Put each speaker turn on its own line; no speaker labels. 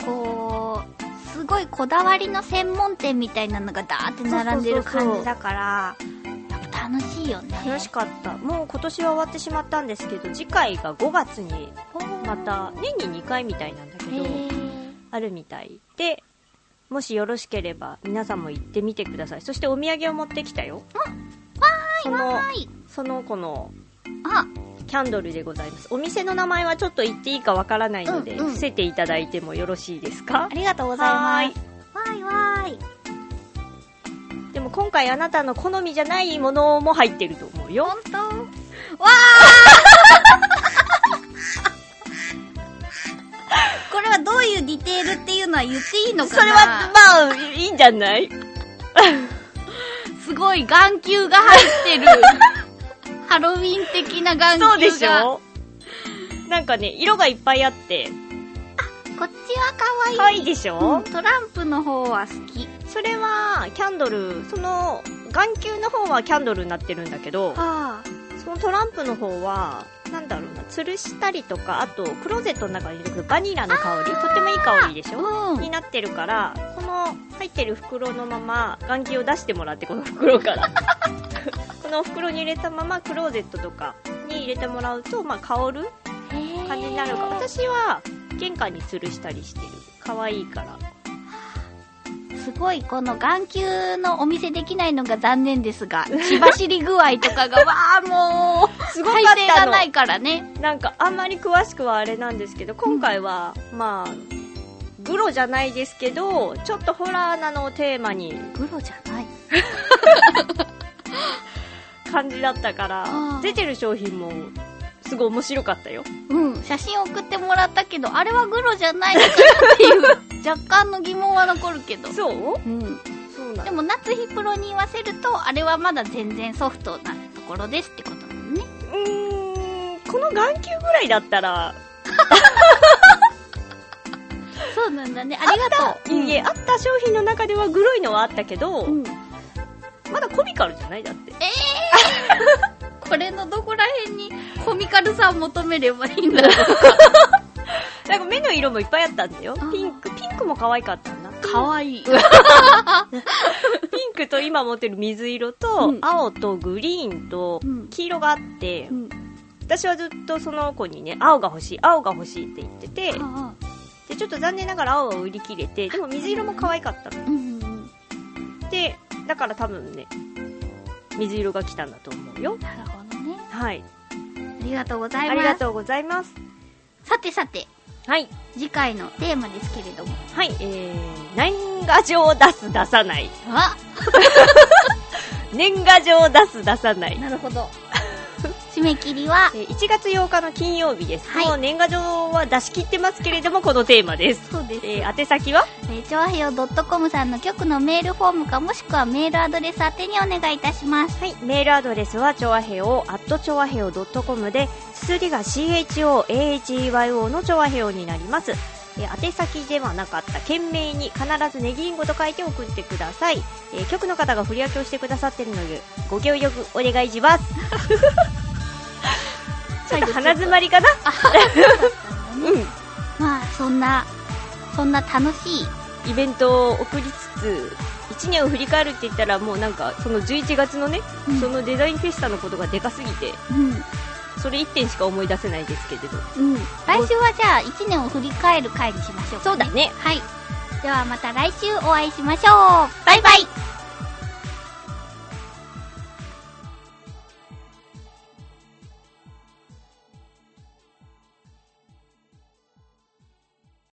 う
こうすごいこだわりの専門店みたいなのがダーって並んでる感じだからやっぱ楽しいよね
ん楽しかったもう今年は終わってしまったんですけど次回が5月にまた年に2回みたいなんだけ
へ
ど
ー
あるみたいでもしよろしければ皆さんも行ってみてくださいそしてお土産を持ってきたよその
い
その子の
あ
キャンドルでございますお店の名前はちょっと言っていいかわからないので、
うんうん
伏せていただいてもよろしいですか
ありがとうございますわーいわーい
でも今回あなたの好みじゃないものも入ってると思うよ
本当わー これはどういうディテールっていうのは言っていいのかな
それはまあいいんじゃない
すごい眼球が入 ってるハロウィン的な眼球が
そうでしょなんかね色がいっぱいあって
こっちは可愛い
可愛いでしょ、
うんトランプの方は好き
それはキャンドルその眼球の方はキャンドルになってるんだけど
あ
そのトランプの方はなんだろうな吊るしたりとかあとクローゼットの中に入れてるバニラの香りとってもいい香りでし
あ
ょ
うん
になってるからこの入ってる袋のまま眼球を出してもらってこの袋から この袋に入れたままクローゼットとかに入れてもらうと、まあ、香る感じになるから私は玄関に吊るしたりしてる可愛いから
すごいこの眼球のお見せできないのが残念です が血走り具合とかがわあもう
すごかっ
体勢
た
が
の
ないからね
なんかあんまり詳しくはあれなんですけど今回は、まあグロじゃないですけどちょっとホラーなのをテーマに
プロじゃない
感じだったから
あー
出てる商品もすごい面白かったよ
うん写真送ってもらったけどあれはグロじゃないのかなってい う若干の疑問は残るけど
そう
うん
そうな
で
の
も夏日プロに言わせるとあれはまだ全然ソフトなところですってことだよね
うーんこの眼球ぐらいだったら
そうなんだねありがとう
いいえあった商品の中ではグロいのはあったけど、
うん、うん
まだコミカルじゃないだって
これのどこら辺にコミカルさを求めればいいんだろ う
なんか目の色もいっぱいあったんだよ
あー
ピンクピンクも可愛かったんだ
かわいい。
ピンクと今持ってる水色と、
うん
青とグリーンと
うん
黄色があって、
うん
私はずっとその子にね青が欲しい青が欲しいって言ってて
ああ
でちょっと残念ながら青は売り切れてでも水色も可愛かったの
うんうんうん
でだから多分ね水色が来たんだと思うよ
なるほどね。
はい。
ありがとうござい
あ
ます。
りがとうございます。
さてさて、
はい。
次回のテーマですけれども。
はい、えー、年賀状を出す、出さない。
あ
年賀状を出す、出さない。
なるほど。 締め切りは
え、ー1月8日の金曜日です。
はい
もう年賀状は出し切ってますけれども、このテーマです。
そうです。
えー、宛先は
えー、調和平洋 .com さんの局のメールフォームかもしくはメールアドレス宛てにお願いいたします。
はい、メールアドレスは、ちょわへお、アットちょわへお .com で、綴りが CHOAHEYO のちょわへおになります。えー宛先ではなかった、懸命に必ずネギリンゴと書いて送ってください。えー局の方が振り分けをしてくださってるので、ご協力お願いし ます。ちょっと鼻詰まりかなう
まあ、そんな、そんな楽しい、
ん。イベントを送りつつ、1年を振り返るって言ったら、もうなんか、その11月のね、
うん
そのデザインフェスタのことがでかすぎて、
う
それ1点しか思い出せないですけれど。
ん、うん。来週はじゃあ、1年を振り返る回にしましょうか、
そうだね
はい。ではまた来週お会いしましょう。バイバイ